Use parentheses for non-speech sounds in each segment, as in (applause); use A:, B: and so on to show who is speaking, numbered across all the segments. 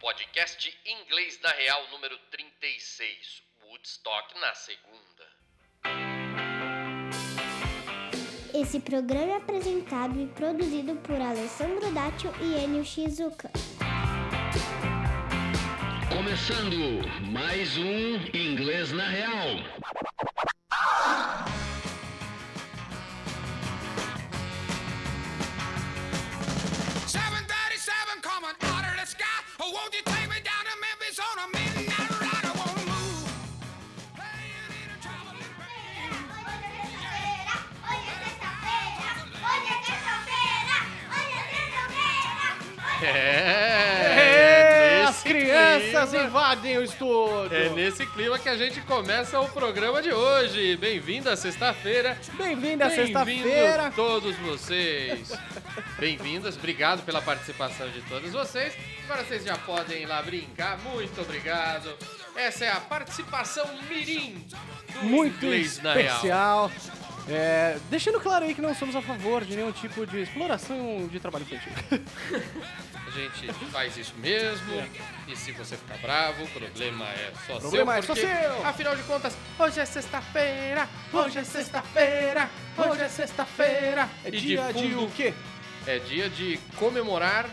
A: podcast Inglês da Real número 36, Woodstock na segunda.
B: Esse programa é apresentado e produzido por Alessandro Dátio e Enio Shizuka.
C: Começando mais um Inglês na Real.
D: É,
E: É,
D: nesse
E: as crianças
D: clima-
E: invadem o estúdio.
D: É nesse clima que a gente começa o programa de hoje. Bem-vindo à sexta-feira.
E: Bem-vindo à
D: Bem-vindo
E: sexta-feira.
D: todos vocês. Bem-vindas, obrigado pela participação de todos vocês. Agora vocês já podem ir lá brincar. Muito obrigado. Essa é a participação mirim do
E: Muito
D: inglês na real.
E: especial. É, deixando claro aí que não somos a favor de nenhum tipo de exploração de trabalho infantil.
D: A gente faz isso mesmo. E se você ficar bravo, o problema é só seu.
E: Problema é só
D: porque,
E: seu.
D: Afinal de contas, hoje é sexta-feira, hoje é sexta-feira, hoje é sexta-feira.
E: É
D: E
E: dia de
D: fundo,
E: o quê?
D: É dia de comemorar.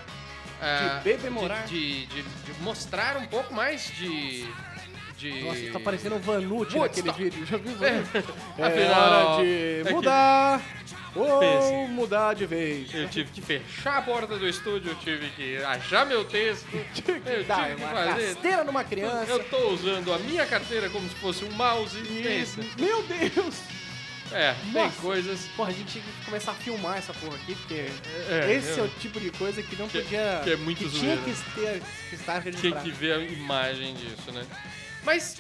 D: ah,
E: bebemorar.
D: De, de- de- de mostrar um pouco mais de... de...
E: Nossa, tá parecendo o Vanucci
D: Woodstock.
E: naquele vídeo. Já viu?
D: É,
E: É,
D: afinal,
E: hora de
D: é
E: mudar ou
D: Pense.
E: mudar de vez.
D: (laughs) que eu tive que fechar a porta do estúdio, eu tive que achar meu texto, eu
E: Dar
D: tive que
E: uma
D: fazer
E: rasteira numa criança.
D: Eu tô usando a minha carteira como se fosse um mouse. Pensa.
E: Meu Deus!
D: É, tem
E: Nossa.
D: coisas.
E: Porra, a gente tinha que começar a filmar essa porra aqui, porque
D: É,
E: esse é,
D: eu-
E: o tipo de coisa que não
D: Que-
E: podia.
D: que é muito
E: tinha
D: zoeira.
E: que, ter, que estar
D: Tinha
E: registrado.
D: que ver a imagem disso, né? Mas,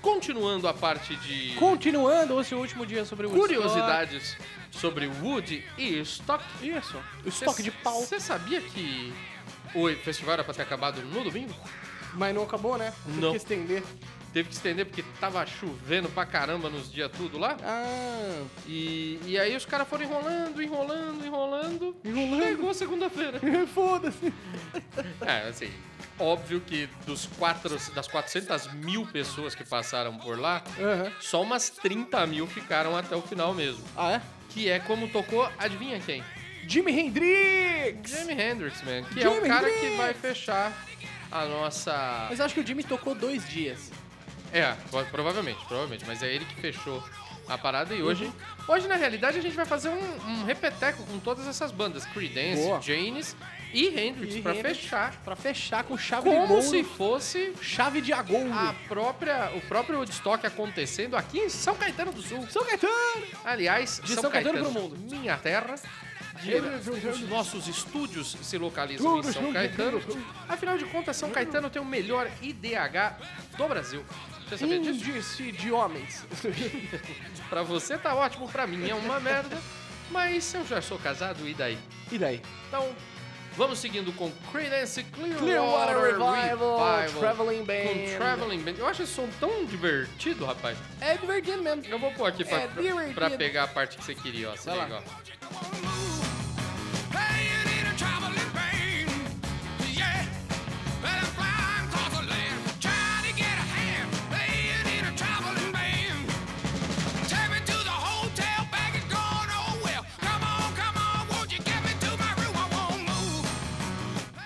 D: continuando a parte de
E: Continuando, hoje é o último dia sobre o
D: curiosidades sobre Wood e Stock.
E: Woodstock. Isso. O estoque de pau.
D: Você sabia que o festival era pra ter acabado no domingo?
E: Mas não acabou, né? Teve
D: Não.
E: que estender.
D: Teve que estender porque tava chovendo pra caramba nos dias tudo lá.
E: Ah, (laughs)
D: E, e aí os caras foram enrolando, enrolando, enrolando.
E: Enrolando.
D: Chegou segunda-feira.
E: foda-se.
D: É, assim, óbvio que dos quatro, das 400 mil pessoas que passaram por lá,
E: Aham.
D: só umas 30 mil ficaram até o final mesmo.
E: Ah, é?
D: Que é como tocou, adivinha quem?
E: Jimi Hendrix!
D: Jimi Hendrix, man. Que é o
E: Jimi
D: cara
E: Hendrix!
D: que vai fechar a nossa...
E: Mas eu acho que o Jimmy tocou dois dias.
D: É, pro- provavelmente, provavelmente. Mas é ele que fechou a parada e hoje...
E: Uhum.
D: Hoje, na realidade, a gente vai fazer um, um repeteco com todas essas bandas. Creedence,
E: Boa.
D: Janis e Hendrix,
E: E
D: pra
E: Hendrix.
D: fechar.
E: Pra fechar com chave de
D: Como
E: ouro.
D: se fosse
E: Chave de agouro.
D: a própria, o próprio Woodstock acontecendo aqui em São Caetano do Sul.
E: São Caetano!
D: Aliás,
E: De São Caetano pro mundo.
D: minha terra.
E: Ele-
D: Os nossos estúdios se localizam em
E: Tudo,
D: São
E: tudo,
D: Caetano.
E: tudo,
D: Afinal de contas, São Caetano tem o melhor IDH do Brasil. Você sabia disso?
E: Índice de homens.
D: Pra você tá ótimo, pra mim é uma (laughs) merda. Mas eu já sou casado, e daí?
E: (laughs) e daí?
D: Então, vamos seguindo com Creedence Clearwater,
E: Clearwater Revival, Traveling
D: Com
E: Band.
D: Traveling Band. Eu acho esse som tão divertido, rapaz.
E: É divertido mesmo.
D: Eu vou pôr aqui pra,
E: É, divertido.
D: pra pegar a parte que você queria, ó. Se
E: Vai lá.
D: liga, ó.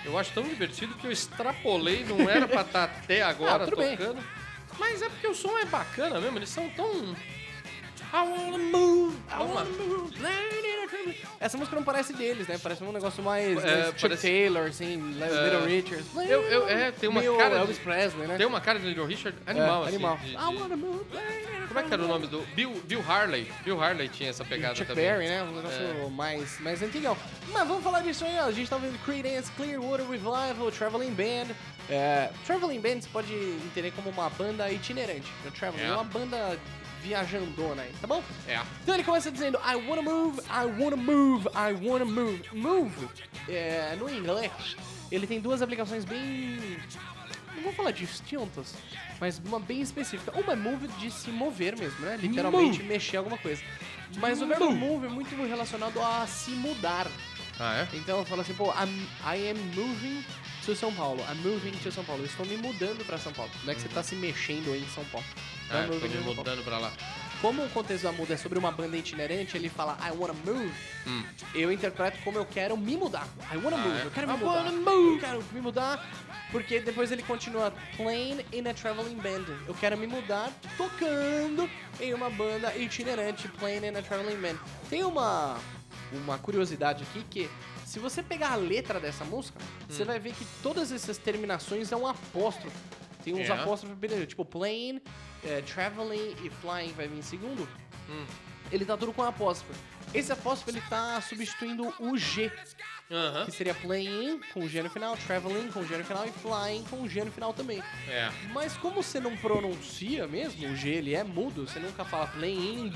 D: Eu acho tão divertido que eu extrapolei, não era pra estar até agora
E: (laughs) Ah, tudo bem.
D: tocando. Mas é porque o som é bacana mesmo, eles são tão. I wanna move, I wanna move.
E: Essa música não parece deles, né? Parece um negócio mais
D: É,
E: mais Chuck
D: parece- É.
E: Taylor, assim, Little Richards.
D: Eu- eu- é, tem uma
E: Meio
D: cara de-
E: Elvis Presley, né?
D: Tem uma cara de Little Richard animal,
E: é,
D: assim.
E: animal.
D: de- de-
E: I wanna move, baby.
D: Como é que era o nome do. Bill, Bill Harley. Bill Harley tinha essa pegada
E: Chuck
D: também. É.
E: Berry, né? Um negócio mais, mais antigão. Mas vamos falar disso aí, ó. A gente tá vendo Creedence, Clearwater Revival, Traveling Band. É, Traveling Band você pode entender como uma banda itinerante. O Traveling é
D: É.
E: uma banda viajandona aí, tá bom?
D: É.
E: Então ele começa dizendo I wanna move, I wanna move, I wanna move. Move, é, no inglês, ele tem duas aplicações bem. Não vou falar distintas, mas uma bem específica. Uma é move de se mover mesmo, né? Literalmente
D: Move.
E: mexer alguma coisa. Mas o
D: Hum.
E: verbo move é muito relacionado a se mudar.
D: Ah, é?
E: Então fala assim, pô, I'm, I am moving to São Paulo. I'm moving to São Paulo. Eu estou me mudando pra São Paulo. Não é que você tá se mexendo em São Paulo.
D: Ah,
E: I'm
D: eu Uhum. tô
E: moving
D: me
E: to São Paulo.
D: mudando pra lá.
E: Como o contexto da muda é sobre uma banda itinerante, ele fala I wanna move.
D: Hum.
E: Eu interpreto como eu quero me mudar. I wanna
D: Ah,
E: move.
D: é?
E: Eu quero me
D: I
E: mudar.
D: wanna move.
E: Eu quero me mudar. Porque depois ele continua playing in a traveling band. Eu quero me mudar tocando em uma banda itinerante, playing in a traveling band. Tem uma uma curiosidade aqui que se você pegar a letra dessa música,
D: Hum.
E: você vai ver que todas essas terminações é um apóstrofo. Tem uns
D: É.
E: apóstrofos primeiro, tipo plane, eh, traveling e flying vai vir em segundo
D: Hum.
E: ele tá tudo com apóstrofe. Esse apóstrofe ele tá substituindo o G,
D: Aham.
E: que seria playing com G no final, traveling com G no final e flying com G no final também.
D: É.
E: Mas como você não pronuncia mesmo, o G ele é mudo, você nunca fala playing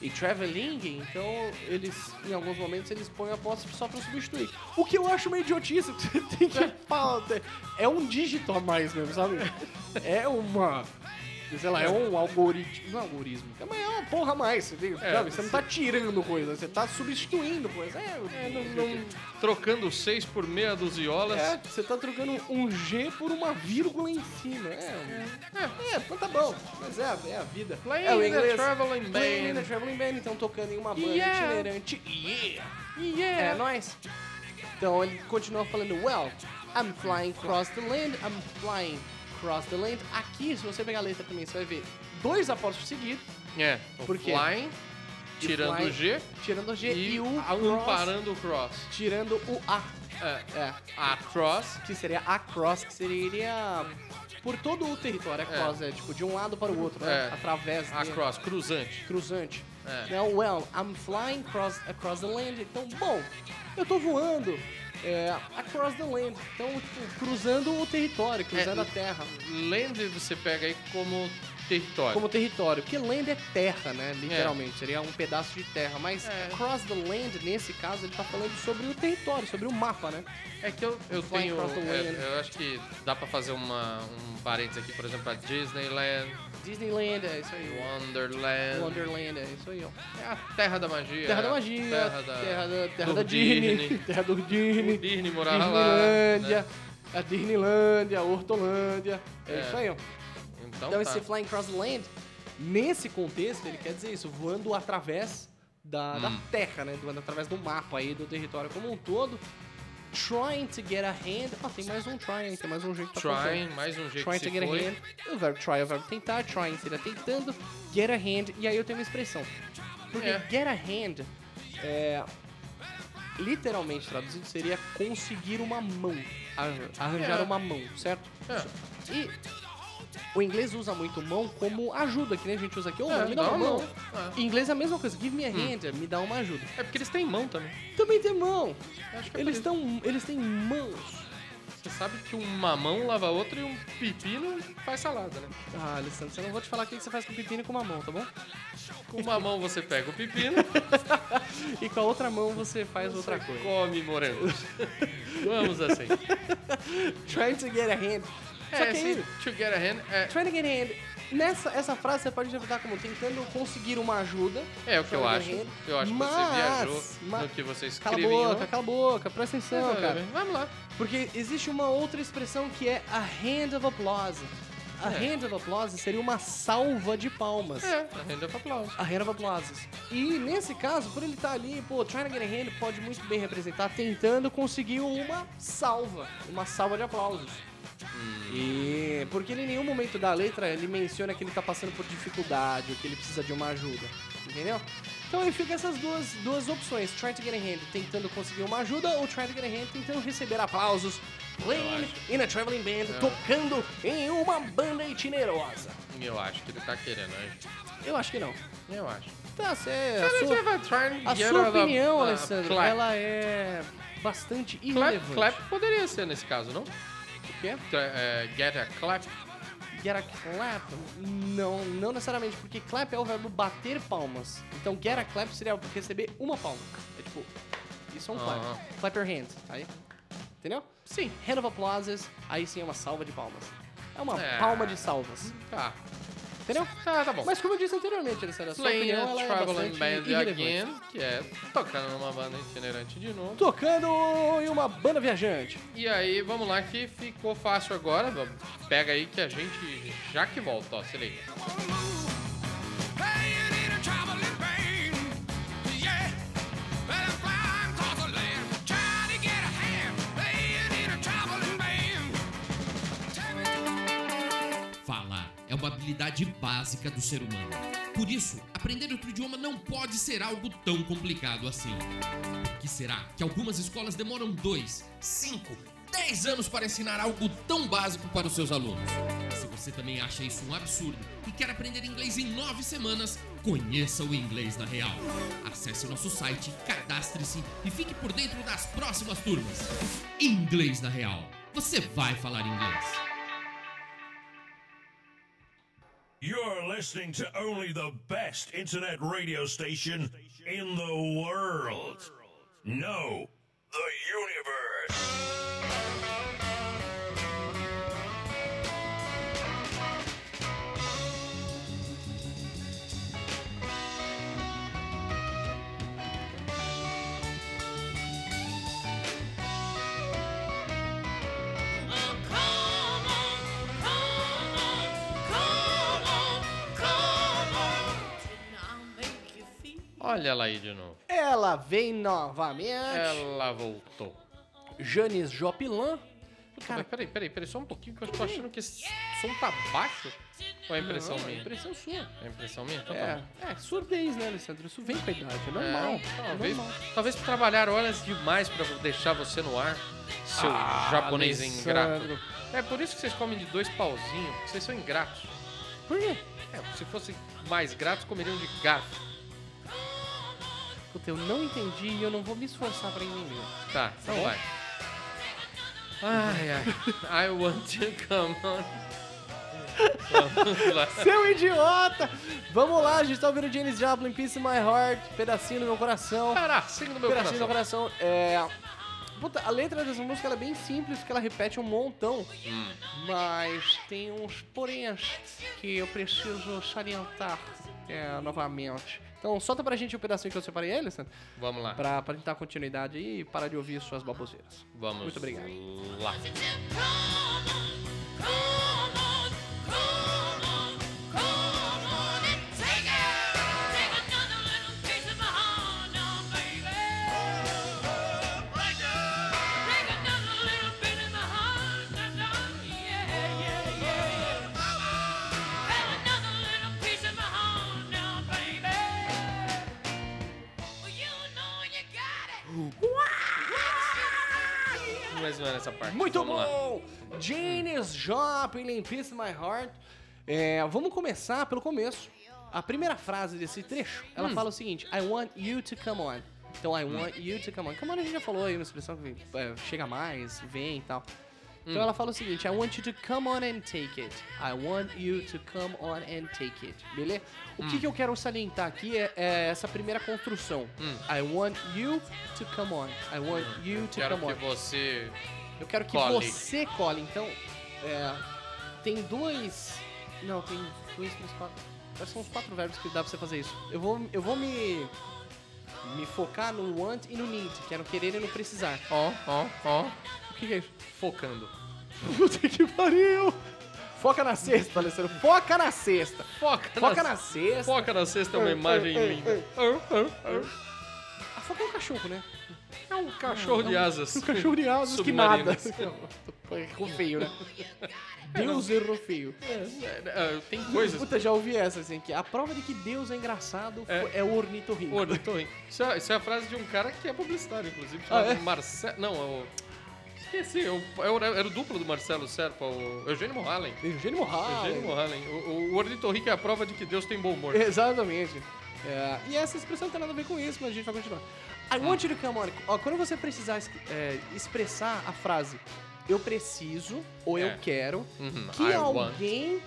E: e traveling, então eles, em alguns momentos, eles põem o apóstrofe só pra substituir. O que eu acho meio idiotice, (laughs) porque você tem que falar, é um dígito a mais mesmo, sabe? É uma... Sei lá, é um algoritmo. Não é algoritmo, mas é uma porra a mais, você, tem,
D: É,
E: sabe? você não
D: você-
E: tá tirando coisa, você tá substituindo coisa. É,
D: Trocando seis por meia duziolas.
E: é, você tá trocando um G por uma vírgula em cima. É, é, então tá bom. Mas é, a- é a vida.
D: Playing
E: é o
D: the
E: inglês.
D: traveling
E: Playing
D: band.
E: the Traveling Band, então tocando em uma banda
D: Yeah.
E: itinerante. Yeah! É nóis. Então ele continua falando, well, I'm flying across the land, I'm flying across the land. Aqui, se você pegar a letra também, você vai ver dois apóstroфos seguidos,
D: É.
E: Por
D: Por
E: quê?
D: Flying,
E: E
D: tirando
E: flying,
D: o G.
E: tirando o G e,
D: E
E: o
D: um
E: cross,
D: parando o cross.
E: tirando o A.
D: É.
E: É,
D: A cross.
E: que seria across, que seria por todo o território. Across é, tipo de um lado para o outro, né?
D: É.
E: Através
D: A
E: de-
D: cross, cruzante.
E: cruzante.
D: É.
E: Então, well, I'm flying cross, across the land. Então, bom, eu tô voando é, across the land. Então, tipo, cruzando o território, cruzando
D: É,
E: a terra.
D: Land você pega aí como território.
E: Como território, porque land é terra, né? Literalmente, seria um pedaço de terra. Mas
D: É.
E: across the land, nesse caso, ele tá falando sobre o território, sobre o mapa, né?
D: É que eu, eu
E: Flying
D: tenho.
E: across the né?
D: é,
E: land.
D: eu acho que dá pra fazer uma, um parênteses aqui, por exemplo, a Disneyland,
E: Disneyland, é isso aí.
D: Wonderland.
E: Wonderland, é isso aí, ó.
D: É a terra da magia.
E: Terra da magia,
D: Terra da.
E: terra da, terra
D: do
E: da Disney,
D: Disney.
E: terra do Disney,
D: O Disney morava lá, né?
E: Disneylândia, a Disneylândia, a Hortolândia, é,
D: É.
E: isso aí. ó.
D: Então,
E: Então
D: tá.
E: esse Flying Cross the Land, nesse contexto, ele quer dizer isso, voando através da,
D: Hum.
E: da terra, né, voando através do mapa aí, do território como um todo, trying to get a hand, ó, tem mais um trying, aí, tem mais um jeito que tá faltando.
D: Trying, mais um jeito
E: Trying
D: que se
E: to get a
D: foi.
E: hand. O verbo try, é o verbo tentar. Trying seria tentando. Get a hand. E aí eu tenho uma expressão. Porque
D: É.
E: get a hand é. Literalmente traduzido seria conseguir uma mão. ar- Arranjar
D: É.
E: uma mão, certo?
D: É,
E: E o inglês usa muito mão como ajuda, que nem a gente usa aqui. Ô,
D: É,
E: mano, me dá uma mão.
D: É. Hum.
E: Em inglês é a mesma coisa. Give me a hand, me dá uma ajuda.
D: É porque eles têm mão também.
E: Também tem mão.
D: Acho que é
E: Eles,
D: por isso.
E: tão, eles têm mãos.
D: Você sabe que um mamão lava outro e um pepino faz salada, né?
E: Ah, Alessandro, eu não vou te falar o que que você faz com o pepino e com uma mão, tá bom?
D: Com uma mão você pega o
E: (laughs)
D: pepino,
E: E com a outra mão você faz outra
D: você
E: coisa.
D: come
E: (laughs)
D: morango. Vamos assim.
E: Trying to get a hand. Só
D: é,
E: que
D: esse
E: aí,
D: to get a hand é,
E: trying to get a hand. Nessa essa frase você pode interpretar como tentando conseguir uma ajuda.
D: é o que eu
E: Trying to
D: acho.
E: get a hand.
D: Eu acho que você
E: Mas-
D: viajou
E: mas-
D: no que você
E: Cala a
D: escreveu.
E: boca, cala a boca, presta atenção, cara.
D: Vamos lá.
E: Porque existe uma outra expressão que é a hand of applause. A
D: É.
E: hand of applause seria uma salva de palmas.
D: É, a renda pra aplauso.
E: a hand of applauses. E nesse caso, por ele estar ali, pô, trying to get a hand pode muito bem representar tentando conseguir uma salva, uma salva de aplausos. E porque ele em nenhum momento da letra ele menciona que ele tá passando por dificuldade ou que ele precisa de uma ajuda, entendeu? Então aí fica essas duas, duas opções, trying to get a hand tentando conseguir uma ajuda ou trying to get a hand tentando receber aplausos, playing in a traveling band, tocando em uma banda itinerosa.
D: Eu acho que ele tá querendo, né?
E: Eu acho que não.
D: Eu acho.
E: Tá, cê, a
D: Cara,
E: sua-
D: você vai trying to
E: a
D: get
E: sua
D: a-
E: opinião,
D: a-
E: Alessandro,
D: é clap.
E: ela é bastante
D: Clap,
E: irrelevante.
D: clap poderia ser nesse caso, não?
E: O quê?
D: Tra- é, get a clap.
E: Get a clap? Não, não necessariamente, porque clap é o verbo bater palmas. Então get a clap seria receber uma palma. É tipo, isso é um clap.
D: Aham.
E: Clap your hand, aí. Entendeu? Sim. Hand of applauses, aí sim é uma salva de palmas. É uma
D: É.
E: palma de salvas.
D: Tá.
E: Entendeu?
D: Tá, tá bom.
E: Mas como eu disse anteriormente, Alessandra, a sua
D: Playing
E: opinião
D: a
E: ela é
D: Traveling
E: bastante
D: Band
E: irrelevante.
D: Again, que é tocando numa banda itinerante de novo.
E: Tocando em uma banda viajante.
D: E aí, vamos lá que ficou fácil agora. Vamos, Pega aí que a gente já que volta, ó, se liga.
F: Falar é uma habilidade básica do ser humano. Por isso, aprender outro idioma não pode ser algo tão complicado assim. Por que será que algumas escolas demoram dois, cinco, dez anos para ensinar algo tão básico para os seus alunos? Se você também acha isso um absurdo e quer aprender inglês em nove semanas, conheça o Inglês na Real. Acesse nosso site, cadastre-se e fique por dentro das próximas turmas. Inglês na Real. Você vai falar inglês.
G: You're listening to only the best internet radio station in the world. No, the universe.
D: Olha ela aí de novo.
E: Ela vem novamente.
D: Ela voltou.
E: Janis Joplin.
D: Cara, peraí, peraí, peraí, só um pouquinho que eu tô achando que esse som tá baixo. Ou é impressão minha? É impressão sua. É impressão minha? Então tá bom.
E: É, é surdez, né, Alessandro? Isso vem com a idade, é normal.
D: É, talvez,
E: normal.
D: talvez trabalhar horas demais pra deixar você no ar, seu japonês
E: Ah, Alessandro.
D: ingrato. É por isso que vocês comem de dois pauzinhos, porque vocês são ingratos.
E: Por quê?
D: É, se fossem mais gratos, comeriam de garfo.
E: Puta, eu não entendi e eu não vou me esforçar pra entender.
D: Tá, então vai. Ai, ai. I want to come on. Vamos lá.
E: Seu idiota! Vamos lá, a gente tá ouvindo Janis Joplin, Peace in My Heart, Pedacinho do Meu Coração.
D: Pará, assim no meu
E: Pedacinho do
D: coração.
E: Meu Coração. É... Puta, a letra dessa música ela é bem simples, porque ela repete um montão.
D: Hum.
E: Mas tem uns poréns que eu preciso salientar é, novamente. Então solta pra gente o pedacinho que eu separei, Alessandro,
D: Vamos lá.
E: pra, pra gente dar continuidade aí e parar de ouvir suas baboseiras.
D: Vamos
E: Muito obrigado.
D: lá. Mais uma nessa parte.
E: Muito
D: Vamos lá.
E: bom! Janis Joplin, Peace in My Heart. É, vamos começar pelo começo. A primeira frase desse trecho, ela
D: Hum.
E: fala o seguinte: I want you to come on. Então, I want you to come on. Come on, a gente já falou aí uma expressão que é, chega mais, vem e tal. Então,
D: Hum.
E: ela fala o seguinte: I want you to come on and take it. I want you to come on and take it. Beleza? O
D: Hum.
E: que, que eu quero salientar aqui é, é essa primeira construção:
D: Hum.
E: I want you to come on. I want you to
D: Quero
E: come on.
D: que você.
E: Eu quero que
D: Cole.
E: você cole. Então, é, tem dois. Não, tem dois, três, quatro. Acho que são uns quatro verbos que dá pra você fazer isso. Eu vou, eu vou me. Me focar no want e no need, que é no querer e no precisar.
D: Ó, ó, ó.
E: O que, que é isso?
D: Focando.
E: (laughs) Puta que pariu! Foca na sexta, Alessandro. Foca na sexta.
D: Foca,
E: Foca na sexta.
D: Foca na sexta é uma imagem linda.
E: Ah, foca no cachorro, né?
D: É um cachorro de asas.
E: Ah, Cachorro de asas que nada.
D: Submarinas.
E: Errou feio, né? Deus errou feio.
D: É, é, Tem coisas.
E: Puta, já ouvi essa, assim, que a prova de que Deus é engraçado
D: É.
E: fo- é, o ornitorrinco.
D: Pô, não tô rindo. Isso é, isso é a frase de um cara que é publicitário, inclusive,
E: Ah,
D: chamado
E: é?
D: Marcelo. Não, é o. Esqueci, é o- é o- era o duplo do Marcelo Serpa, o Eugênio Morralen.
E: Eugênio Morral.
D: Eugênio Morralen. O, o ornitorrinco é a prova de que Deus tem bom humor.
E: Exatamente. É, e essa expressão não tem nada a ver com isso, mas a gente vai continuar. I want you to come on. Ó, quando você precisar es- é, expressar a frase eu preciso ou
D: É.
E: eu quero
D: Uhum,
E: que
D: I want.
E: alguém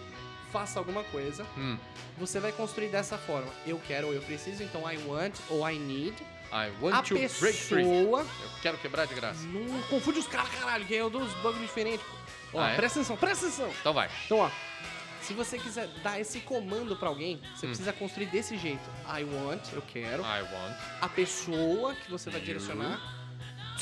E: faça alguma coisa,
D: Hum,
E: você vai construir dessa forma. Eu quero ou eu preciso, então I want ou I need.
D: I want
E: a
D: to
E: pessoa
D: break free. Eu quero quebrar de graça.
E: Não é confunde os caras, caralho, que aí eu dou os bugs um diferentes. pô. Ó,
D: Ah, é?
E: presta atenção, presta atenção.
D: Então vai.
E: Então, ó. Se você quiser dar esse comando pra alguém, você
D: Hum.
E: precisa construir desse jeito. I want, eu quero.
D: I want
E: A pessoa que você vai direcionar.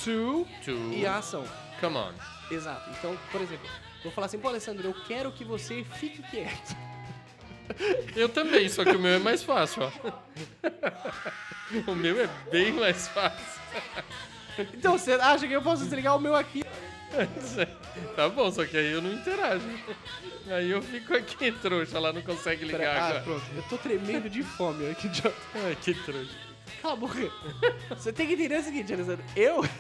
E: To.
D: to.
E: E a ação.
D: Come on.
E: Exato. Então, por exemplo, vou falar assim, pô, Alessandro, eu quero que você fique quieto. (laughs)
D: Eu também, só que o meu é mais fácil, ó. (laughs) O meu é bem mais fácil.
E: Então, você acha que eu posso desligar o meu aqui?
D: (laughs) Tá bom, só que aí eu não interajo. Aí eu fico aqui, trouxa, lá não consegue ligar
E: Ah,
D: agora.
E: pronto. Eu tô tremendo de fome. Olha que (laughs) idiota.
D: Ai, que trouxa.
E: Cala a boca. Você tem que entender o seguinte, Alessandro. Eu... (laughs)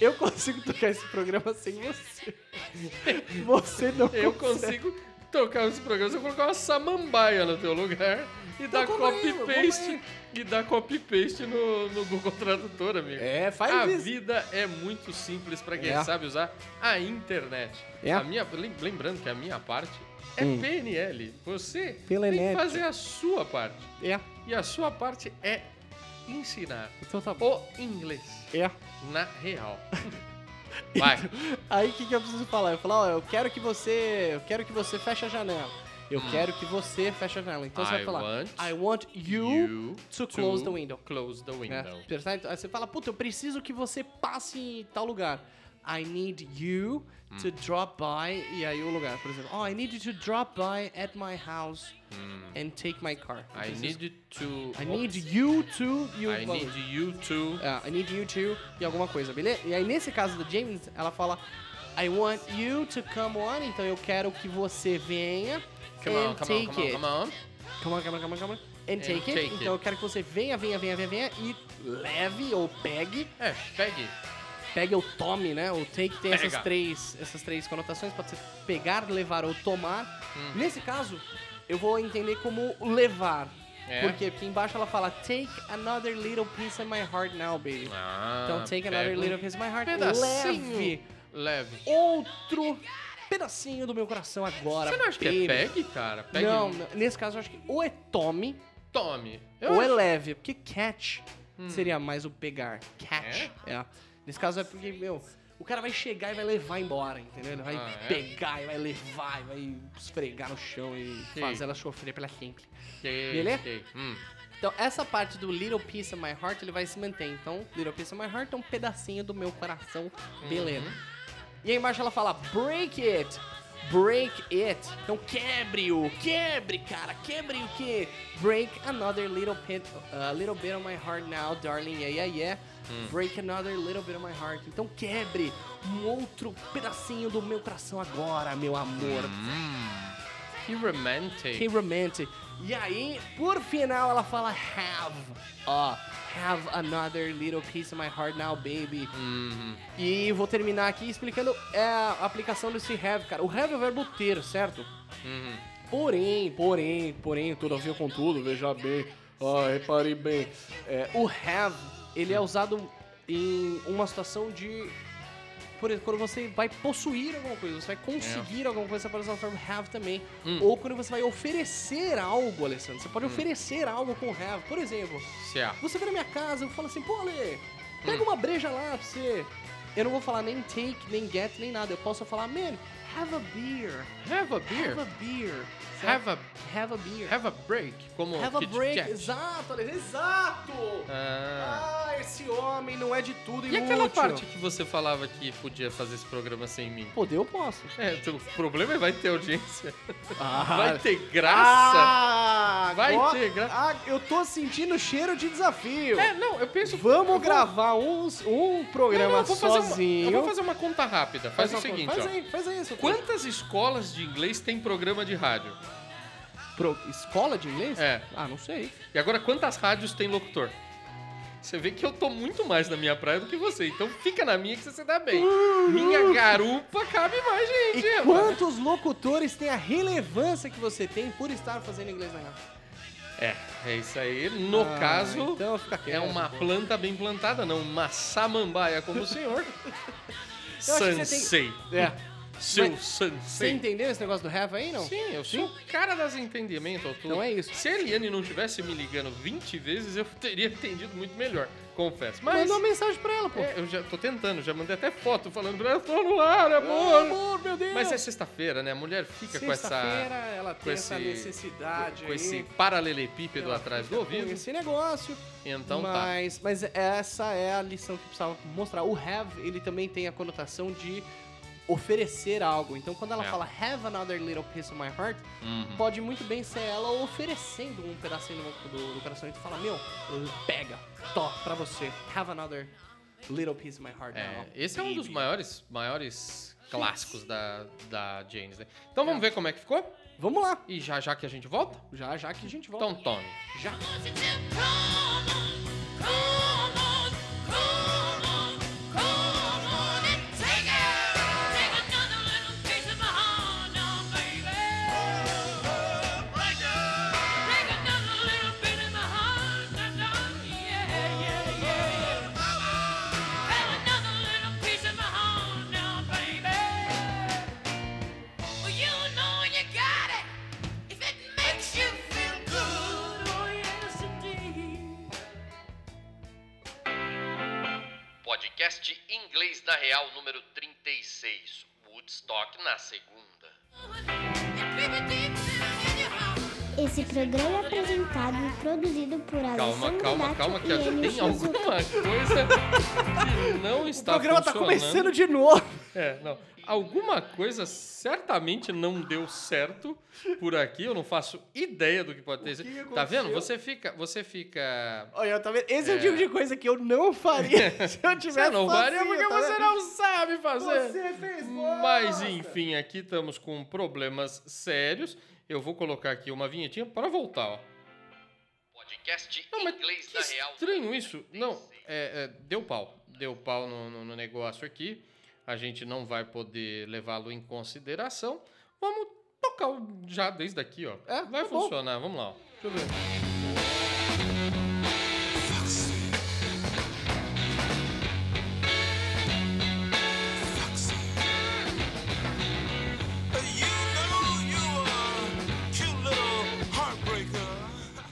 E: Eu consigo tocar esse programa sem você. (laughs) Você não
D: Eu
E: consegue.
D: consigo tocar esse programa se eu colocar uma samambaia no teu lugar e dar
E: como aí,
D: copy-paste
E: como
D: e dar copy-paste no, no Google Tradutor, amigo.
E: É, faz
D: a
E: isso.
D: vida é muito simples pra quem
E: É.
D: sabe usar a internet.
E: É. Hum.
D: A minha, lem- lembrando que a minha parte é PNL. Você tem
E: PNL.
D: que fazer a sua parte.
E: É,
D: E a sua parte é ensinar
E: então tá bom.
D: o inglês
E: É.
D: na real. Vai.
E: (laughs) Aí o que, que eu preciso falar? Eu falo, ó, eu quero que você. Eu quero que você feche a janela. Eu quero que você feche a janela. Então
D: Hum.
E: você
D: I
E: vai falar.
D: want
E: I want you,
D: you
E: to close the window.
D: Close the
E: Né?
D: window.
E: Percebe? Aí você fala, puta, eu preciso que você passe em tal lugar. I need you
D: Hum.
E: to drop by. E aí o lugar, por exemplo. Oh, I need you to drop by at my house and take my car. Eu
D: Hum. I
E: preciso-
D: need to.
E: I need you to. You
D: I need you to.
E: é, I need you to e alguma coisa, beleza? E aí nesse caso da James, ela fala I want you to come on, então eu quero que você venha
D: Come
E: and
D: on, come on,
E: É. take
D: come on,
E: it.
D: come on.
E: Come on, come on, come on, come on. And, take, it.
D: take it.
E: Então eu quero que você venha, venha, venha, venha, venha e leve ou pegue,
D: É, pegue.
E: pegue ou tome, né? O take tem essas
D: Pega.
E: três, essas três conotações, pode ser pegar, levar ou tomar.
D: Hum.
E: Nesse caso, eu vou entender como levar.
D: É.
E: Por quê? Porque embaixo ela fala Take another little piece of my heart now, baby.
D: Ah,
E: Então take another
D: pega um
E: little piece of my heart.
D: pedacinho.
E: Leve
D: Leve.
E: outro pedacinho do meu coração agora.
D: Você não acha que é um.
E: baby.
D: pegue, cara? Pegue.
E: Não, não, nesse caso eu acho que ou é tome
D: Tome.
E: ou é
D: acho- Hum.
E: leve. Porque catch seria mais o pegar. Catch. É? Nesse caso é porque, meu, o cara vai chegar e vai levar embora, entendeu? Ele vai
D: Ah, é?
E: pegar e vai levar e vai esfregar no chão e
D: Sim.
E: fazer ela sofrer pela sempre.
D: Ok,
E: Beleza?
D: ok. Hum.
E: Então, essa parte do Little Piece of My Heart, ele vai se manter. Então, Little Piece of My Heart é um pedacinho do meu coração. Beleza. E aí embaixo ela fala, break it, break it. Então, quebre-o, quebre, cara, quebre o quê? Break another little bit, a little bit of my heart now, darling, yeah, yeah, yeah. Break another little bit of my heart. Então, quebre um outro pedacinho do meu coração agora, meu amor.
D: Que romantic.
E: Que romantic. E aí, por final, ela fala have. Ó, have another little piece of my heart now, baby. E vou terminar aqui explicando é, a aplicação desse have, cara. O have é o verbo ter, certo? Porém, porém, porém, tudo a ver com tudo, veja bem. Ah, repare bem. É, o have, ele é usado em uma situação de por exemplo, quando você vai possuir alguma coisa, você vai conseguir alguma coisa, você pode usar o verbo have também. Ou quando você vai oferecer algo, Alessandro. Você pode oferecer algo com have. Por exemplo,
D: Se é.
E: você vem na minha casa, eu falo assim, pô, Ale, pega uma breja lá pra você. Eu não vou falar nem take, nem get, nem nada. Eu posso falar, man, have a beer.
D: Have a beer.
E: Have a beer.
D: Have a,
E: Have a beer.
D: have a break. Como
E: Have a
D: Kit
E: break.
D: Kat.
E: Exato, Alessandro. Exato!
D: Ah.
E: Ah, esse homem não é de tudo
D: E
E: inútil.
D: aquela parte que você falava que podia fazer esse programa sem mim?
E: Poder eu posso.
D: É, tu- o problema é vai ter audiência. Vai ter graça.
E: Ah,
D: Vai
E: agora-
D: ter gra-
E: Ah, eu tô sentindo o cheiro de desafio.
D: É, não, eu penso. eu
E: Vamos
D: vou-
E: gravar uns- um
D: Não,
E: programa
D: não, eu vou fazer
E: sozinho.
D: Uma, eu vou fazer uma conta rápida. Faz,
E: uma
D: o
E: co-
D: seguinte,
E: faz
D: ó.
E: aí, faz aí. seu Quanto?
D: Quantas escolas de inglês tem programa de rádio?
E: Escola de inglês?
D: É.
E: Ah, não sei.
D: E agora, quantas rádios tem locutor? Você vê que eu tô muito mais na minha praia do que você. Então fica na minha que você se dá bem. Minha garupa cabe mais gente.
E: E
D: mano.
E: quantos locutores têm a relevância que você tem por estar fazendo inglês na rádio?
D: É, é isso aí. No
E: Ah,
D: caso,
E: então fica
D: é
E: quieto,
D: uma
E: pô.
D: planta bem plantada, não uma samambaia como o (laughs) senhor.
E: Eu acho que você tem-
D: Sansei.
E: É.
D: Seu
E: Mas- Você
D: Sansei.
E: entendeu esse negócio do have aí, não?
D: Sim, eu sou o cara das entendimentos. eu tô-
E: Então é isso.
D: Se a Eliane não tivesse me ligando 20 vezes, eu teria entendido muito melhor. confesso.
E: Mas...
D: Mas
E: Manda uma mensagem pra ela, pô.
D: é, eu já tô tentando, já mandei até foto falando pra ela, tô no ar, amor.
E: amor, meu Deus.
D: Mas é sexta-feira, né? A mulher fica com
E: Sexta-feira
D: essa
E: ela
D: com
E: tem essa
D: esse-
E: necessidade
D: com
E: aí.
D: esse paralelepípedo
E: Ela
D: atrás
E: fica
D: do
E: com
D: ouvido.
E: Esse negócio.
D: Então tá.
E: mas, mas essa é a lição que precisava mostrar. O have, ele também tem a conotação de oferecer algo. Então, quando ela
D: É.
E: fala have another little piece of my heart,
D: Uhum.
E: pode muito bem ser ela oferecendo um pedacinho do, do, do coração e tu fala, meu, pega, to, pra você. Have another little piece of my heart.
D: É,
E: now,
D: esse é um dos
E: baby."
D: maiores, maiores clássicos da, da James, né? Então vamos ver como é que ficou?
E: Vamos lá.
D: E já já que a gente volta?
E: Já, já que a gente volta.
D: Então tome.
E: já.
H: You feel good, oh yes indeed.
A: Podcast Inglês da Real número 36, Woodstock na segunda.
H: And baby deep down in your heart.
B: Esse programa é apresentado e produzido por
D: Calma,
B: Alessandro
D: calma,
B: Daccio
D: calma, que
B: e Enio
D: tem
B: Shizuka.
D: alguma coisa que não
E: O
D: está
E: programa tá
D: funcionando.
E: começando de novo.
D: É, não. Alguma coisa certamente não deu certo por aqui. Eu não faço ideia do que pode ter
E: que
D: sido. Tá vendo?
E: aconteceu?
D: Você fica, você fica.
E: Olha, eu também. Esse é.
D: É.
E: o tipo de coisa que eu
D: (laughs)
E: não faria se eu
D: Você
E: tivesse.
D: não faria
E: é sozinho,
D: porque
E: tá
D: você
E: vendo?
D: não sabe fazer.
E: Você fez
D: Mas
E: bosta.
D: enfim, aqui estamos com problemas sérios. Eu vou colocar aqui uma vinhetinha para voltar, ó.
A: Podcast
D: Não, mas
A: Inglês
D: que
A: da Real.
D: estranho isso. Não, é, é, deu pau. Deu pau no, no- no negócio aqui. A gente não vai poder levá-lo em consideração. Vamos tocar o- já desde aqui, ó.
E: É,
D: vai
E: tá bom.
D: funcionar, vamos lá. Ó.
E: Deixa eu ver.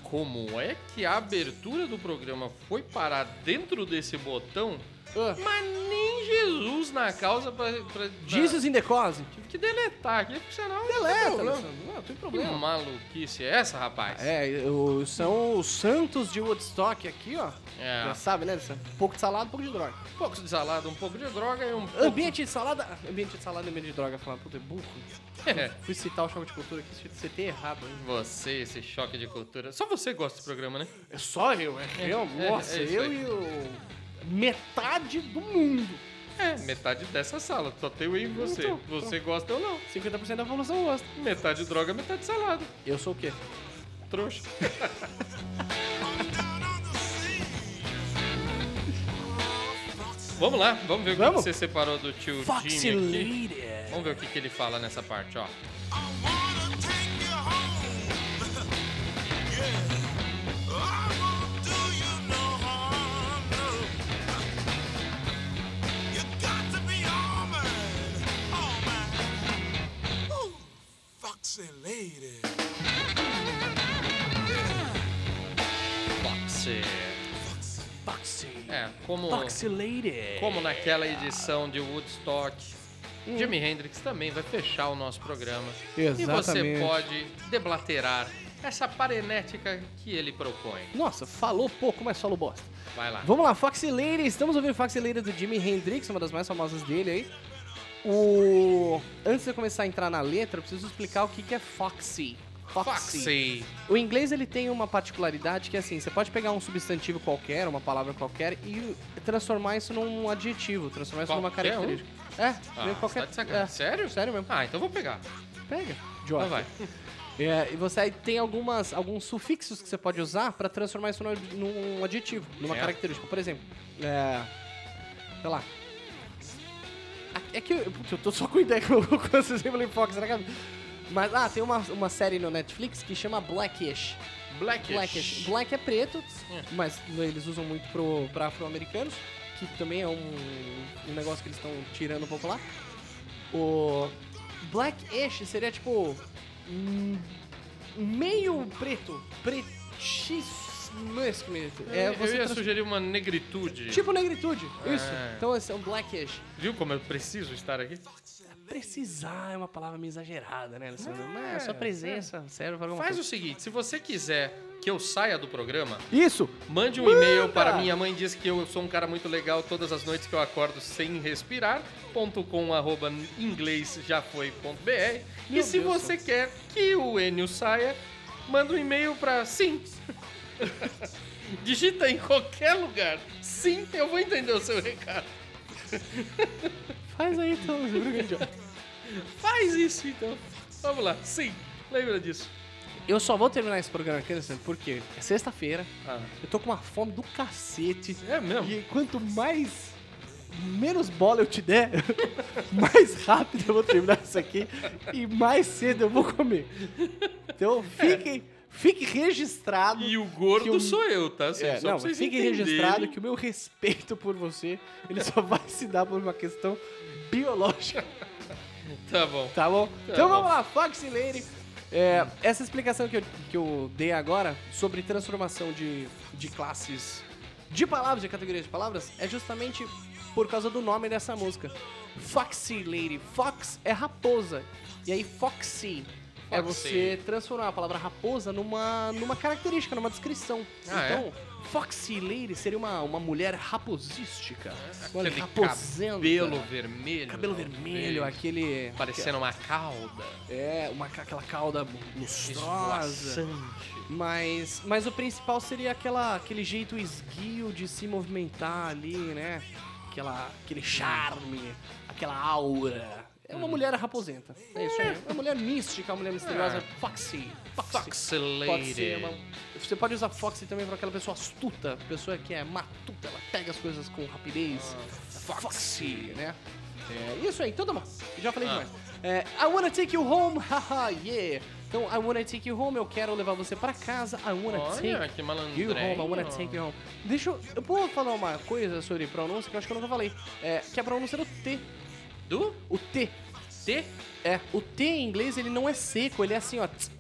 D: Como é que a abertura do programa foi parar dentro desse botão?
E: Ah.
D: Mas nem Jesus na causa pra. pra
E: Jesus in the cause.
D: pra- Tive que deletar aqui, porque senão. não tem
E: Deleta,
D: problema.
E: Alessandro. Não, tem
D: Que
E: problema.
D: maluquice é essa, rapaz?
E: É, o- são os santos de Woodstock aqui, ó.
D: É.
E: Já sabe, né? Alessandro? Pouco de salada, pouco de droga.
D: Um pouco de salada, um pouco de droga e
E: Ah.
D: um pouco.
E: Ambiente de salada... Ambiente de salada e ambiente de droga. Falar, puta, é burro. Fui citar o choque de cultura aqui, tinha que ser ter errado. hein?
D: Você, esse choque de cultura. Só você gosta desse programa, né?
E: É só eu, é eu?
D: é,
E: Nossa,
D: é isso
E: eu
D: aí.
E: e o... Metade do mundo.
D: É, metade dessa sala. Só tem eu e você.
E: Então,
D: você gosta ou não.
E: 50% da população gosta.
D: Metade droga, metade salada.
E: Eu sou o quê?
D: Trouxa. (laughs) vamos lá, vamos ver o que
E: Vamos?
D: que você separou do tio
E: Foxy
D: Jimmy aqui.
E: Lady.
D: Vamos ver o que, que ele fala nessa parte, ó.
I: Lady.
D: Foxy.
E: Foxy.
D: É, como,
E: Foxy Lady.
D: como naquela edição de Woodstock, Jimi Hendrix também vai fechar o nosso programa. E você
E: Exatamente.
D: pode deblaterar essa parenética que ele propõe.
E: Nossa, falou pouco, mas falou bosta.
D: Vai lá.
E: Vamos lá, Foxy Lady. Estamos ouvindo Foxy Lady do Jimi Hendrix, uma das mais famosas dele aí. O... Antes de eu começar a entrar na letra, eu preciso explicar o que que é Foxy.
D: Foxy.
E: O inglês ele tem uma particularidade que é assim, você pode pegar um substantivo qualquer, uma palavra qualquer e transformar isso num adjetivo, transformar isso numa
D: Qualquer um?
E: característica. É,
D: Ah,
E: mesmo
D: tá
E: qualquer.
D: de sacanagem.
E: é,
D: Sério?
E: sério mesmo.
D: Ah, então vou pegar.
E: Pega.
D: Então
E: Jorge.
D: vai.
E: É, e você aí tem algumas, alguns sufixos que você pode usar pra transformar isso num, num adjetivo, numa
D: É.
E: característica. Por exemplo, é. Sei lá. É que eu, putz, eu tô só com ideia que eu consigo sempre Fox na cabeça. é? Mas, ah, tem uma, uma série no Netflix que chama Blackish.
D: Blackish.
E: Blackish. Black é preto, mas eles usam muito pro, pra afro-americanos, que também é um, um negócio que eles estão tirando um pouco lá. O Blackish seria um, tipo. hum, meio preto. Pretiço. Musk mesmo.
D: eu
E: É, você
D: ia
E: trans-
D: sugerir uma negritude.
E: Tipo negritude, isso.
D: Ah.
E: Então esse é um blackish.
D: Viu como eu preciso estar aqui?
E: Precisar é uma palavra meio exagerada, né, Alessandro? Mas a sua presença serve para alguma
D: É. Faz
E: coisa.
D: o seguinte, se você quiser que eu saia do programa,
E: Isso!
D: mande um
E: Manda!
D: e-mail para minha mãe diz que eu sou um cara muito legal todas as noites que eu acordo sem respirar, ponto com arroba inglêsjafoi.br. E
E: Meu
D: se
E: Deus,
D: você quer que o Enio saia, manda um e-mail para sim. (laughs) Digita em qualquer lugar. Sim, eu vou entender o seu recado.
E: Faz aí então,
D: Faz isso então. Vamos lá, sim. Lembra disso.
E: Eu só vou terminar esse programa aqui, Alessandro, porque é sexta-feira,
D: Ah,
E: eu tô com uma fome do cacete.
D: é mesmo?
E: E quanto mais. menos bola eu te der, (laughs) mais rápido eu vou terminar isso aqui e mais cedo eu vou comer. Então fique, fique registrado.
D: É. E o gordo
E: que o-
D: sou eu, tá? Assim,
E: É,
D: só
E: não,
D: pra vocês
E: fique
D: entenderem.
E: registrado que o meu respeito por você, ele só vai se dar por uma questão biológica,
D: Tá bom.
E: tá bom? então
D: bom.
E: vamos lá, Fox e Lady. É, essa explicação que eu, que eu dei agora sobre transformação de, de classes de palavras, de categorias de palavras, é justamente por causa do nome dessa música. Foxy Lady. Fox é raposa. E aí, Foxy. É
D: Foxy.
E: você transformar a palavra raposa numa, numa característica, numa descrição.
D: Ah,
E: então, Foxy Lady seria uma, uma mulher raposística. Olha,
D: Ah, Aquele
E: raposenta.
D: cabelo vermelho.
E: Cabelo
D: não,
E: vermelho,
D: feio.
E: aquele.
D: Parecendo uma cauda.
E: É, uma, ca- aquela cauda lustrosa.
D: esvoaçante.
E: Mas, mas o principal seria aquela, aquele jeito esguio de se movimentar ali, né? Aquela, aquele charme, aquela aura. É uma mulher raposenta. É isso aí. Uma mulher mística, uma mulher misteriosa.
D: É.
E: Foxy.
D: Foxy
E: Pode
D: Lady.
E: ser uma- Você pode usar Foxy também pra aquela pessoa astuta, pessoa que é matuta, ela pega as coisas com rapidez.
D: Ah,
E: Foxy, né? É isso aí, então tá bom. Já falei
D: Ah.
E: demais. É, I wanna take you home, (laughs) haha, yeah. Então, I wanna take you home, eu quero levar você pra casa. I wanna
D: Olha,
E: take
D: que
E: you
D: malandrão.
E: home, I wanna take you home. Deixa eu. Eu vou falar uma coisa sobre pronúncia que eu acho que eu nunca falei. É, que a pronúncia do T.
D: Do?
E: O T. T? É, o T em inglês ele não é seco, ele é assim, ó. tss.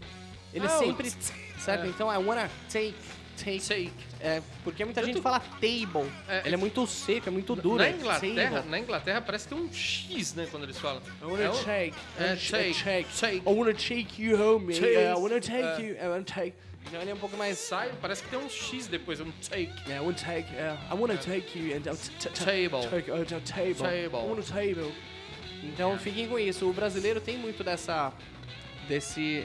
E: Ele é
D: Ah, o
E: sempre. Sabe? Então I wanna take, take.
D: Take.
E: É, porque muita
D: Eu
E: gente
D: tô-
E: fala table.
D: É,
E: ele é muito seco, é muito duro.
D: Na
E: é
D: Inglaterra,
E: table.
D: na Inglaterra parece que tem um X, né, quando eles falam.
E: I wanna
D: É um-
E: take,
D: é,
E: é,
D: take,
E: take, take,
D: take.
E: I wanna take you home.
D: Take.
E: yeah, I wanna take
D: É.
E: you. I wanna take. Então ele é um pouco mais.
D: Sai, parece que tem um X depois, um take.
E: Yeah, I wanna take. yeah, I wanna take you and I'll t- t- t-
D: Table.
E: Take, I'll t- table.
D: Table.
E: I wanna table. Então fiquem com isso. O brasileiro tem muito dessa. desse.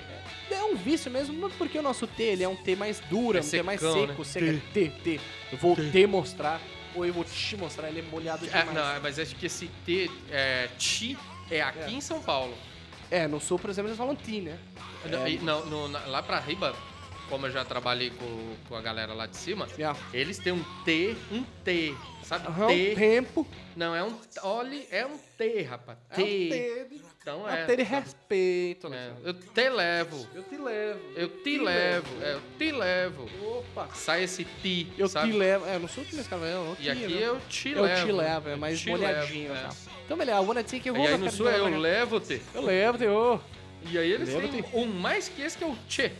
E: É um vício mesmo, mas porque o nosso T ele é um T mais duro, é um
D: É
E: T mais
D: secão,
E: seco,
D: né?
E: seca. T, T. Eu vou te mostrar, ou eu vou te mostrar, ele é molhado
D: Ah,
E: demais.
D: não, mas acho que esse T, é, T, é aqui
E: É.
D: em São Paulo.
E: É, no sul, por exemplo, eles falam ti, né?
D: Não, e- não, no- na- lá pra Riba, como eu já trabalhei com, com a galera lá de cima,
E: Yeah.
D: eles têm um T, um T, sabe?
E: Aham, um
D: T.
E: tempo.
D: Não, é um. Olha, é um T, rapaz.
E: É um
D: T.
E: T.
D: Então
E: É
D: é.
E: um T de respeito,
D: É,
E: Alexandre.
D: eu te levo.
E: Eu te levo.
D: Eu te levo. é, eu te levo.
E: Opa.
D: Sai esse ti,
E: Eu
D: sabe?
E: te levo. É, no sul que eles falam, eu te
D: E aqui
E: levo.
D: eu te
E: Eu
D: levo.
E: te levo, é mais
D: te
E: molhadinho.
D: levo,
E: tá? Então, melhor, I wanna take you
D: é.
E: home.
D: E aí
E: eu
D: no
E: quero
D: sul é eu
E: levar pra cá.
D: levo-te.
E: Eu levo, tio.
D: E aí eles
E: Levo-te.
D: têm um mais que esse que é o tchê.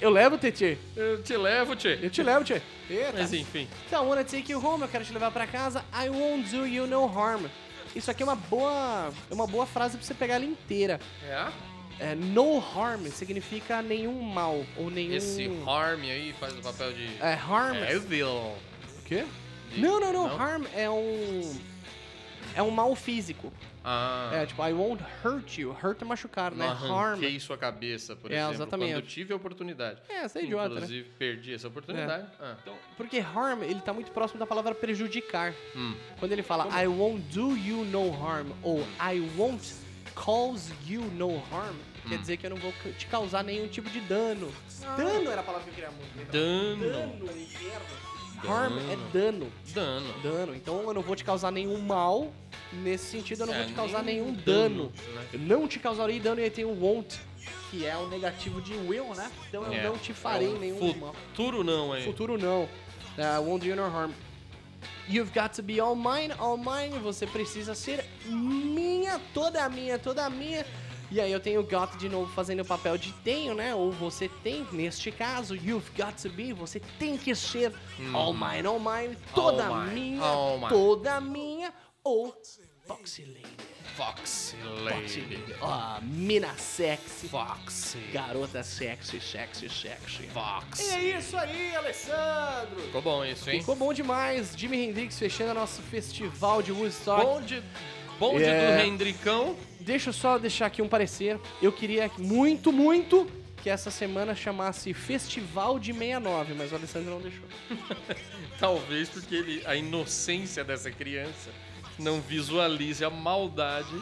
E: Eu levo, Titi.
D: Eu te levo, tchê.
E: Eu te levo, tio. Eita.
D: Mas enfim.
E: Então, I wanna take you home, eu quero te levar pra casa. I won't do you no harm. Isso aqui é uma boa, é uma boa frase pra você pegar ela inteira.
D: É?
E: É, no harm significa nenhum mal ou nenhum.
D: Esse harm aí faz o papel de.
E: Hum. É, harm.
D: Evil.
E: o quê?
D: De-
E: Não, não, não,
D: não?
E: Harm é um. É um mal físico.
D: Ah.
E: É tipo, I won't hurt you. Hurt é machucar, né?
D: Não
E: Harm.
D: arranquei sua cabeça, por
E: É,
D: exemplo,
E: exatamente.
D: quando eu tive a oportunidade.
E: É, você é idiota, né? É.
D: Inclusive, perdi essa oportunidade. Ah.
E: Porque harm, ele tá muito próximo da palavra prejudicar.
D: Hum.
E: Quando ele fala I won't do you no harm ou I won't cause you no harm,
D: Hum.
E: quer dizer que eu não vou te causar nenhum tipo de dano. Dano era a palavra que eu queria muito.
D: Dano.
E: Dano, inferno. Harm é dano.
D: Dano.
E: dano. Então eu não vou te causar nenhum mal. Nesse sentido, eu não
D: É,
E: vou te causar
D: nenhum
E: nenhum dano.
D: dano, né?
E: Eu não te causarei dano. E aí tem o won't, que é o negativo de will, né? Então eu
D: É.
E: não te farei
D: É um
E: nenhum mal.
D: Futuro não, aí.
E: É. Futuro não. Uh, won't do no harm. You've got to be all mine, all mine. Você precisa ser minha, toda minha, toda minha. E aí eu tenho o got de novo fazendo o papel de tenho, né? Ou você tem, neste caso, you've got to be, você tem que ser all mine, all mine, toda
D: Hum. All mine,
E: minha,
D: all mine.
E: toda minha, ou Foxy Lady.
D: Foxy
E: Foxy
D: Lady.
E: Lady. Ó, mina sexy.
D: Foxy.
E: Garota sexy, sexy, sexy.
D: Foxy.
E: É isso aí, Alessandro!
D: Ficou bom isso, hein?
E: Ficou bom demais. Jimi Hendrix fechando nosso festival de Woodstock.
D: Bonde, bonde
E: Yeah.
D: do Hendricão.
E: Deixa eu só deixar aqui um parecer. Eu queria muito, muito que essa semana chamasse Festival de 69, mas o Alessandro não deixou.
D: Talvez porque ele, a inocência dessa criança não visualize a maldade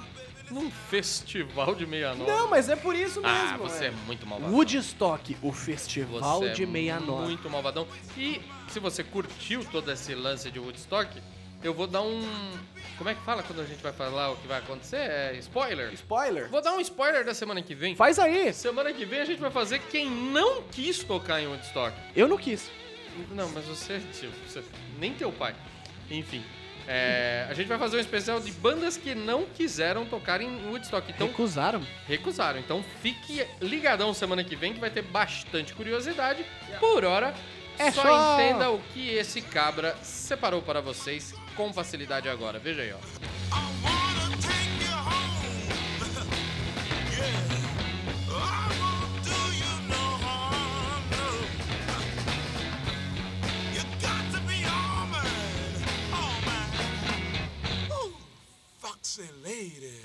D: num festival de 69.
E: Não, mas é por isso mesmo.
D: ah, você é muito malvadão.
E: Woodstock, o
D: Você
E: Festival
D: é
E: de 69.
D: Muito malvadão. E se você curtiu todo esse lance de Woodstock, eu vou dar um. Como é que fala quando a gente vai falar o que vai acontecer? É spoiler?
E: Spoiler.
D: Vou dar um spoiler da semana que vem.
E: Faz aí.
D: Semana que vem a gente vai fazer quem não quis tocar em Woodstock.
E: Eu não quis.
D: Não, mas você, tio, você- nem teu pai. Enfim, é, a gente vai fazer um especial de bandas que não quiseram tocar em Woodstock, então
E: Recusaram.
D: recusaram. Então fique ligadão semana que vem que vai ter bastante curiosidade. Por hora,
E: É
D: só,
E: só-
D: entenda o que esse cabra separou para vocês com facilidade agora. Veja aí, ó.
I: Lady.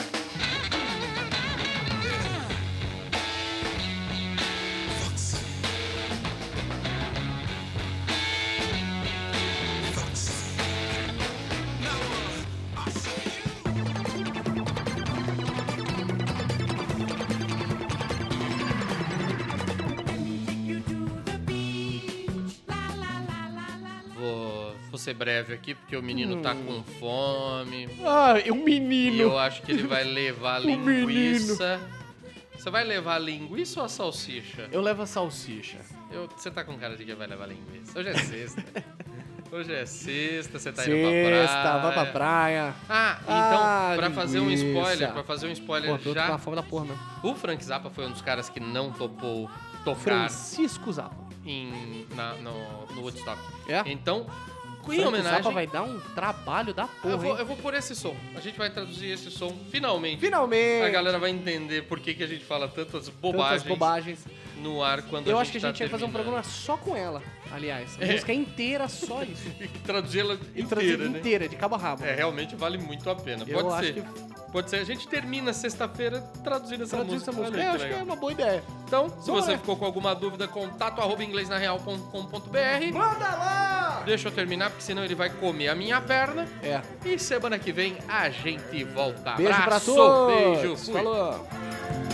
I: Foxy. Foxy. Now, uh, I see you.
D: Vou, vou ser breve aqui porque o menino tá com fome.
E: Ah, é
D: E
E: um Hum. menino.
D: eu acho que ele vai levar
E: (laughs)
D: linguiça. Você vai levar linguiça ou a salsicha?
E: Eu levo a salsicha.
D: Eu- você tá com cara de que vai levar linguiça. Hoje é
E: (laughs)
D: sexta. Hoje é sexta, você tá indo pra
E: Sexta,
D: praia.
E: vai pra praia.
D: Ah, então,
E: Ah,
D: pra fazer um
E: linguiça.
D: spoiler, pra fazer um spoiler
E: Pô, tô com
D: já,
E: a fome da porra mesmo.
D: o Frank Zappa foi um dos caras que não topou tocar
E: Francisco Zappa.
D: em, na- no, no Woodstock.
E: É?
D: Então, em
E: Frank
D: homenagem...
E: Zappa vai dar um trabalho da porra,
D: eu, vou,
E: hein?
D: eu vou pôr esse som. A gente vai traduzir esse som finalmente.
E: Finalmente!
D: A galera vai entender por que, que a gente fala tantas bobagens,
E: Tantas bobagens.
D: no ar quando
E: Eu
D: a gente
E: acho que a gente
D: tá
E: tinha que fazer um programa
D: terminando.
E: só com ela, aliás. A música é inteira,
D: (laughs)
E: só isso.
D: E traduzi-la
E: E
D: inteira,
E: trazer
D: né?
E: inteira, de cabo a rabo.
D: É, realmente vale muito a pena.
E: Eu
D: Pode
E: acho
D: ser. Pode ser. A gente termina sexta-feira traduzindo essa
E: Traduzir
D: música.
E: essa música.
D: Olha
E: É,
D: que
E: acho que é
D: legal.
E: uma boa ideia.
D: Então, se
E: Bora.
D: você ficou com alguma dúvida, contato arroba inglesnareal.com.br.
E: Manda lá!
D: Deixa eu terminar, porque senão ele vai comer a minha perna.
E: É.
D: E semana que vem a gente volta.
E: Beijo pra
D: Abraço,
E: todos!
D: Beijo. Fui.
E: Falou!
I: Foxy,